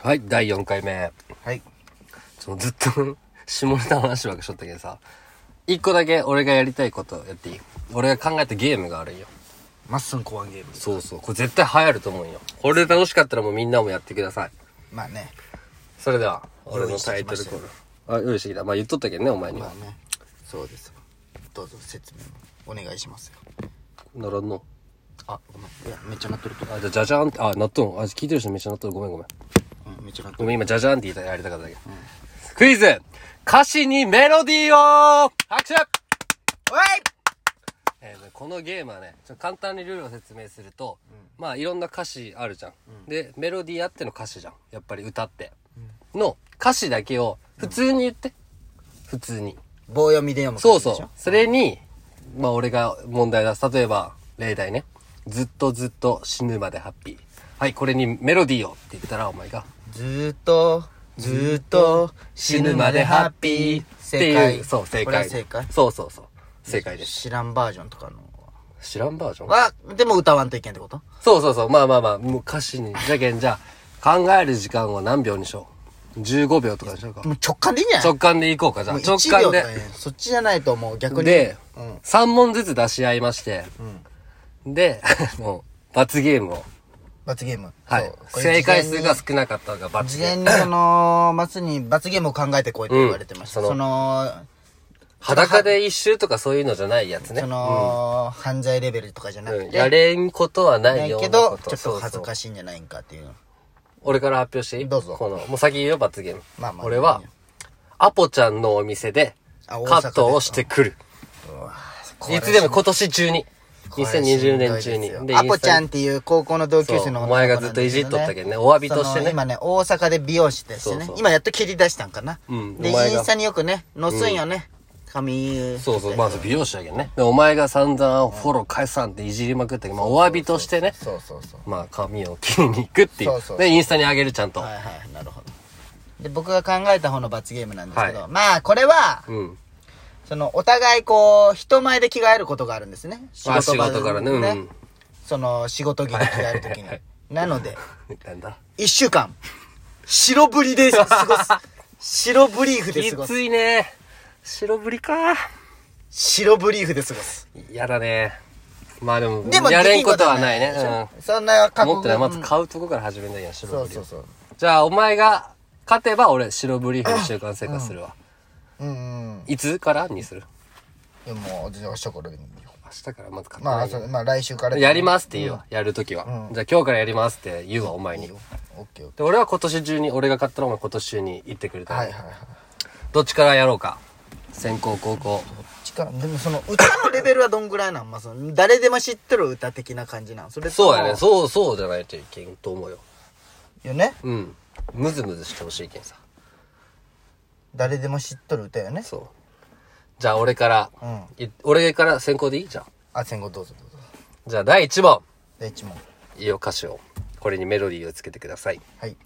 はい、第4回目。はい。そのずっと 下ネタの話ばっかしとったけどさ、一個だけ俺がやりたいことやっていい俺が考えたゲームがあるんよ。まっすん考案ゲーム。そうそう。これ絶対流行ると思うんよ。これで楽しかったらもうみんなもやってください。まあね。それでは、俺のタイトルコール。あ、用意してきた。まあ言っとったけどね、お前にまはあ。ね。そうですよ。どうぞ説明お願いしますよ。ならんの。あ、ごめん。いや、めっちゃなってると。あ、じゃあ、じゃじゃーんって、あ、納豆。あ、聞いてる人めっちゃ納豆。ごめんごめん。うん、めっちゃなってごる。めん、今、じゃじゃーんって言いたい、やりたかっただけ。クイズ歌詞にメロディーを拍手おいえーねこのゲームはねちょっと簡単にルールを説明すると、まあいろんな歌詞あるじゃん、でメロディーあっての歌詞じゃんやっぱり歌って、の歌詞だけを普通に言って、普通に棒読みで読むそ感うじでしょ。そうそれにまあ俺が問題出す例えば例題ねずっとずっと死ぬまでハッピーはいこれにメロディーをって言ったらお前がずーっと、ずーっと、死ぬまでハッピー。って正いう解。そう正これは解正解そうそうそう正解です知らんバージョンとかの。知らんバージョンあ、でも歌わんといけんってことそうそうそう。まあまあまあ、もう歌詞に。じゃけん、じゃあ、考える時間を何秒にしよう。15秒とかにしようか。もう直感でいいんじゃない直感でいこうか、じゃあ。もう直1秒感とでか。ねそっちじゃないともう逆に。で、うん。 3問ずつ出し合いまして、で、 もう、罰ゲームを。罰ゲーム。はいそう。これ正解事数前にが少なかったのが罰事ゲー前ム。にその、松に罰ゲームを考えてこいって言われてました。うんそその、裸で一周とかそういうのじゃないやつね。その、犯罪レベルとかじゃなうくん。て、やれんことはなないよいうけなど、こちと。ょっと恥ずそうそうかしいんじゃないんかっていう。俺から発表していいどうぞこの、もう先言うよ、罰ゲーム。まあまあ俺は、アポちゃんのお店で、カあ大阪でットをしてくる。いつでも今年中に。2020年中に。アポちゃんインっていう高校の同級生のそうお前がずっといじっとったけどねお詫びとしてねその今ね、大阪で美容師でしてそうねそう。今やっと切り出したんかな。うんで、お前イがンスタによくね、載すんよね。髪。スタそうそう、まあ美容師やけどね。で、お前が散々フォロー返さんっていじりまくったけど、まあお詫びとしてね、そうそうそう。まあ髪を切りに行くっていそうそうう。で、インスタにあげるちゃんと。はいはい、なるほど。で、僕が考えた方の罰ゲームなんですけど、はまあ、これは、うん。その、お互いこう、人前で着替えることがあるんですね。仕まあ場仕事からねうんその、仕事着に着替えるときに。なので、なんだ。一週間、白ブリで過ごす。白ブリーフでき過ごす。ついね。白ぶりか。白ブリーフで過ごす。やだね。まあでもでも、、やれんことはないねでき。んことはないでしょうそんなん。覚持ってない。まずうん買うとこから始めないや、白そぶうりそをう。そう。じゃあ、お前が勝てば俺、白ぶりフの習慣生活するわ。うんうん。いつからにするでも、じゃあ明日からでもいいよ。明日からまず買ってまなあ、いけどそまあ来週から。やりますって言うわ、やるときは、うんじゃあ今日からやりますって言うわ、お前いいに。よ。オッケーオッケで、俺は今年中に、俺が買ったのも今年中に行ってくれたー。の、はいはいはい。どっちからやろうか。先行、高校。力でもその歌のレベルはどんぐらいなんまあその誰でも知ってる歌的な感じなんそれとそうやね。そそう、そうじゃないといけんと思うよ。うよねうん。ムズムズしてほしいけんさ。誰でも知っとる歌よねそう。じゃあ俺から、い俺から先行でいいじゃん。あ戦後どうぞどうぞじゃあ第1問。第一問いいよ、歌詞を。これにメロディーをつけてください。はい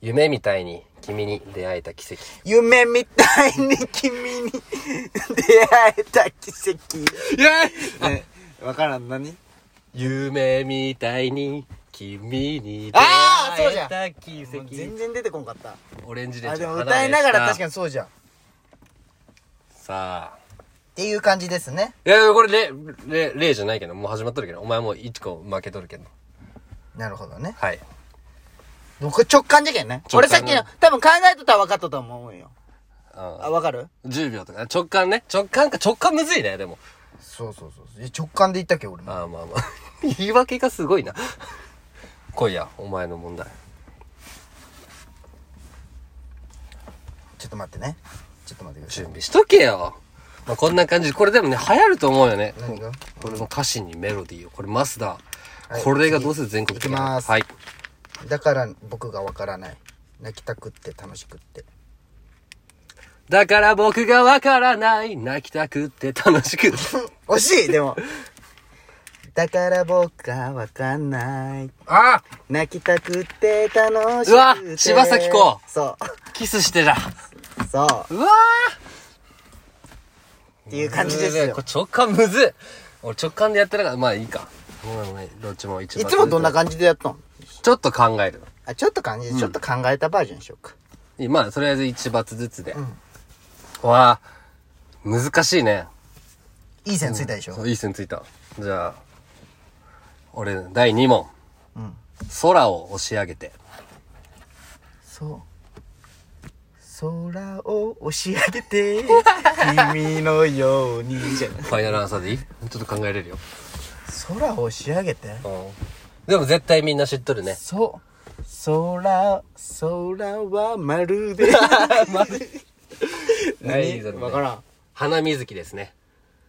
夢みたいに君に出会えた奇 跡。夢みたいに君に 出会えた奇跡いやいねわからん何夢みたいに君に出あーそう会じえゃんた奇もう跡全然出てこんかったオレンジレンあジでのも花歌いながら確かににそうじゃんっさあていう感じですねいやこれ例例例じゃないけどもう始まっとるけどお前もう1個負けとるけどなるほどねはいでもこれ直感じゃけんね直俺感さっきの多分考えとったら分かっとったと思うよああ分かる10秒とかね直感ね直感か直感むずいねでもそうそうそういや直感で言ったっけ俺もああまあまあ 言い訳がすごいな来いやお前の問題ちょっと待ってね。ちょっと待ってください。準備しとけよまあこんな感じこれでもね流行ると思うよね何がこれの歌詞にメロディーをこれマスダー、これがどうせ全国的いきますはいだから僕がわからない。泣きたくって楽しくって。だから僕がわからない。泣きたくって楽しく。惜しいでも。だから僕がわかんない。 あ泣きたくって楽しくて。うわ柴咲コウそキスしてた。う。そう。うわっていう感じですねこれ。よ直感むずい。俺直感でやってなかった。まあいいか。ごめんごめん。どっちも一い番。つもどんな感じでやっとんちょっと考える。あちょっと感じでちょっと考えたバージョンにしようか、いいまあ、とりあえず一罰ずつで。わあ、難しいね。いい線ついたでしょ、そう、いい線ついた。じゃあ、俺、第2問。うん空を押し上げて。そう空を押し上げ て君のようにじゃないファイナルアンサーでいいちょっと考えれるよ。空を押し上げてでも絶対みんな知っとるね。そう空空はまる ではい何わからん花水木ですね。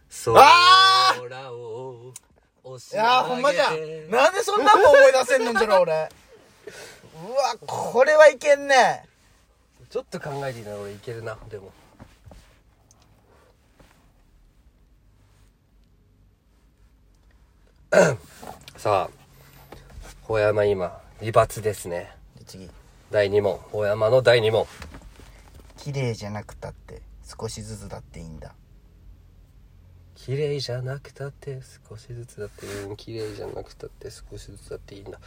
そう。あ空を押しい上げて。やーほんまじゃんなんでそんなもん思い出せんのんじゃろ俺うわこれはいけんねちょっと考えていいな、俺いけるな、でも。 さあ、ほ山今、離抜ですね。次第2問。ほ山の第2問。綺麗じゃなくたって少しずつだっていいんだ綺麗じゃなくたって少しずつだってうん綺麗じゃなくたって少しずつだっていいんだ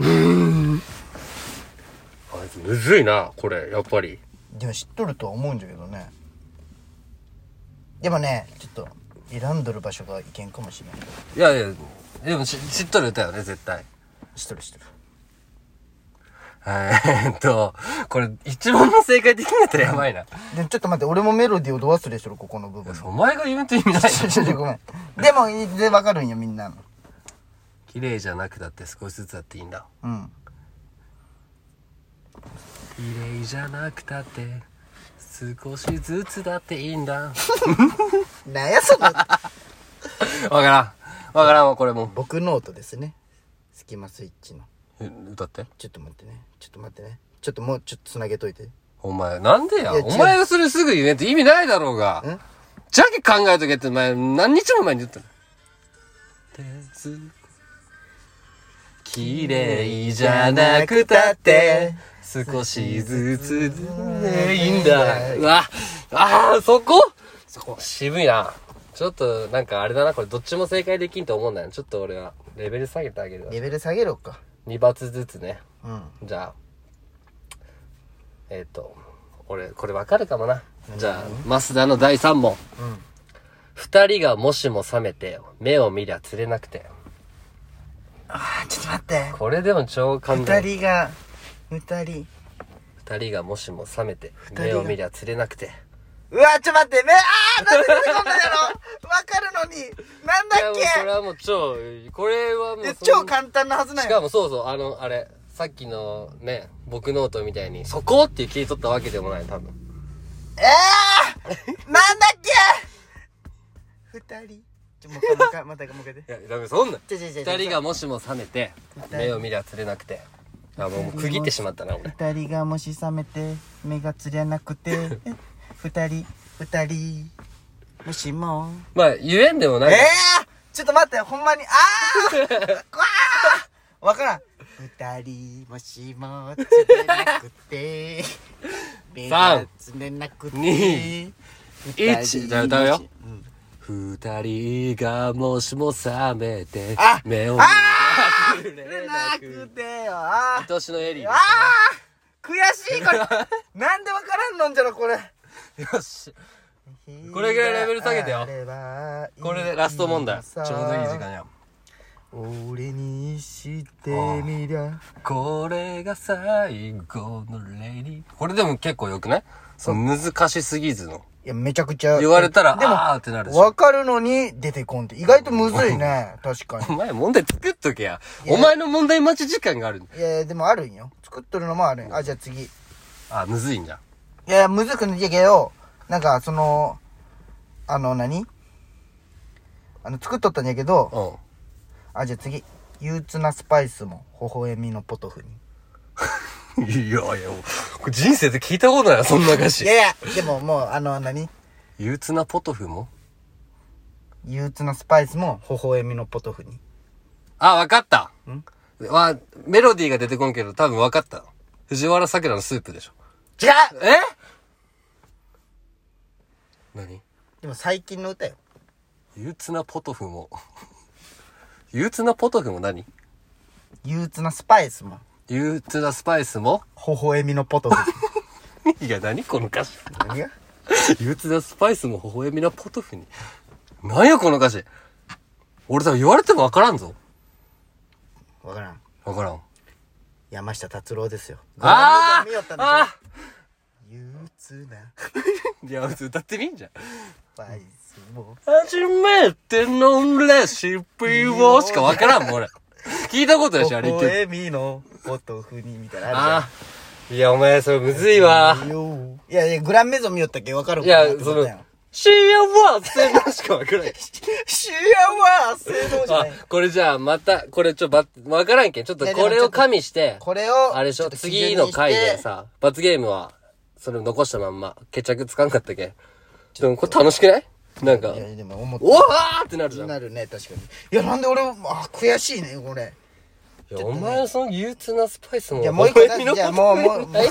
うーんあいつむずいなこれやっぱりでも知っとるとは思うんじゃけどねでもねちょっと選んどる場所がいけんかもしれないいやいやでもし知っとる歌よね絶対知っとる知っとるえーっとこれ一問も正解できないったらやばいなでもちょっと待って俺もメロディーをど忘れしとるここの 部分お前が言うと意味ない ちょちょごめんでもいでわかるんよみんなの綺麗じゃなくたって少しずつだっていいんだうん綺麗じゃなくたって少しずつだっていいんだなんやそのわからんわからんわこれも僕ノートですねスキマスイッチのうえ歌ってちょっと待ってねちょっと待ってねちょっともうちょっとつなげといてお前、なんでやいや違うお前がそれすぐ言えって意味ないだろうが。じゃけ考えとけって前、何日も前に言ったの。綺麗じゃなくたって、少しずつでいいんだ。うわ、ああ、そこそこ。渋いな。ちょっと、なんかあれだな、これどっちも正解できんと思うんだよ。ちょっと俺は、レベル下げてあげるわ。レベル下げろっか2罰ずつね。うんじゃあえっ、と俺これわかるかもなじゃあ増田の第3問うん二人がもしも覚めて目を見りゃ釣れなくてあーちょっと待ってこれでも超簡二単人が二人二人がもしも覚めて人が目を見りゃ釣れなくてうわちょっと待ってめあーなんで出てこんのやろわかるのになんだいやっもうこれけはもう超これはもうえそん超簡単なはずなんしやかもそうそうあのあれさっきのね僕ノートみたいに「そこ!」って切り取ったわけでもない多分えー、なんだっけ二人ちょもう一回もう一回もう一回でいやダメそんなんちょちょち二ょ人がもしも覚めて目を見りゃ釣れなくてあもう区切ってしまったな俺二人がもし覚めて目がつりゃなく て二人二人もしもまあ、言えんでもなえい。えー、ちょっと待ってほんまにあーわあわからん二人もしもつれなく て目がつれなくて二二人一じゃあ歌うようん二人がもしも覚めて、あ目をあ見ーるつれなくてよあー愛しのエリーあー悔しい これなんでわからんのんじゃろこれです。よし。これぐらいレベル下げてよこれでラスト問題。ちょうどいい時間や。俺にしてみりゃこれが最後のレディー。これでも結構良くないそう、難しすぎずの。いやめちゃくちゃ言われたら、でもあーってなるし。わかるのに出てこんって意外とむずいね確かおに前問題作っとけや。お前の問題待ち時間がある。いやでもあるんよ作っとるのもあるんよあじゃあ次いあ、むずいんじゃん。やむずくないけどなんかそのあの何あの作っとったんやけどうん。あじゃあ次憂鬱なスパイスも微笑みのポトフにいやいや、これ人生で聞いたことないわそんな歌詞い。やいやでももうあの何憂鬱なポトフも憂鬱なスパイスも微笑みのポトフにあ、わかった。んわメロディーが出てこんけど、多分わかった。藤原さくらのスープでしょ。違うえ何でも最近の歌よ憂鬱なポトフ も。憂鬱なポトフも何憂鬱なスパイスも憂鬱なスパイスも 微笑みのポトフ。いや、何この歌詞。 何が憂鬱なスパイスも微笑みなポトフに。なんやこの歌詞。俺多分言われてもわからんぞ。わからん。わからん。山下達郎ですよ。あご覧の番組やったんでしょあ憂鬱なーいや、歌ってみんじゃん。スパイスも。初めてのレシピをしかわからんもん、俺。聞いたことないし、あれ微言ってる。笑みのポトフにみたいなのあるああ。いや、お前、それむずいじゃわん。。いやいや、グランメゾン見よったっけわかるいや、そそのの、幸幸せのしかわ からない。せのじゃあない。、これじゃあ、また、これちょ、ば、わからんけん。ちょっといやでもこれを加味して、これを、あれでしょ、次の回で。さ、罰ゲームは、それを残したまんま、決着つかんかったけん。でも、これ楽しくないなんかい、や、でも思っおた。わーってなるじゃん。いなるね、確かに。いや、なんで俺、あ、悔しいね、これ。や、お前のその憂鬱なスパイスも、いや、もう一個お前出のす、じゃあもう、も う、もう。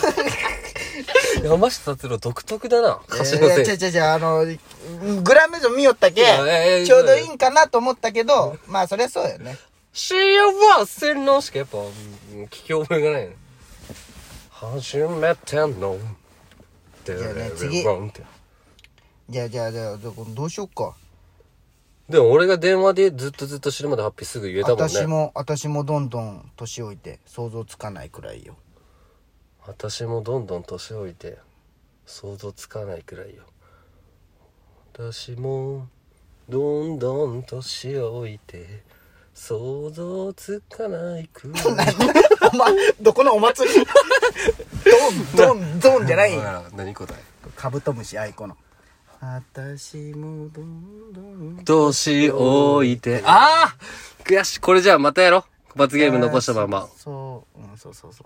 山下達郎独特だな。歌詞のいやせいい。や違う違うあのうんグランメゾン見よったけいやいやいやちょうどいいんかなと思ったけどまあそりゃそうよね幸せのしかやっぱ、うん聞き覚えがないよね。初めての、テレねビ次番って。じゃあじゃあじゃあじゃあどうしよっかでも俺が電話でずっとずっと死ぬまでハッピーすぐ言えたもんね。私。も私もどんどん年老いて想像つかないくらいよ 私もどんどん年老いて、想像つかないくらいよ。私も、どんどん年老いて、想像つかないくらい。 お前どこのお祭りドンドンドンじゃないわからん何答えカブトムシアイコの私もどんどん年老いて、ああ悔しい。これじゃあまたやろう。罰ゲーム残したまま。そう、うん、そうそうそう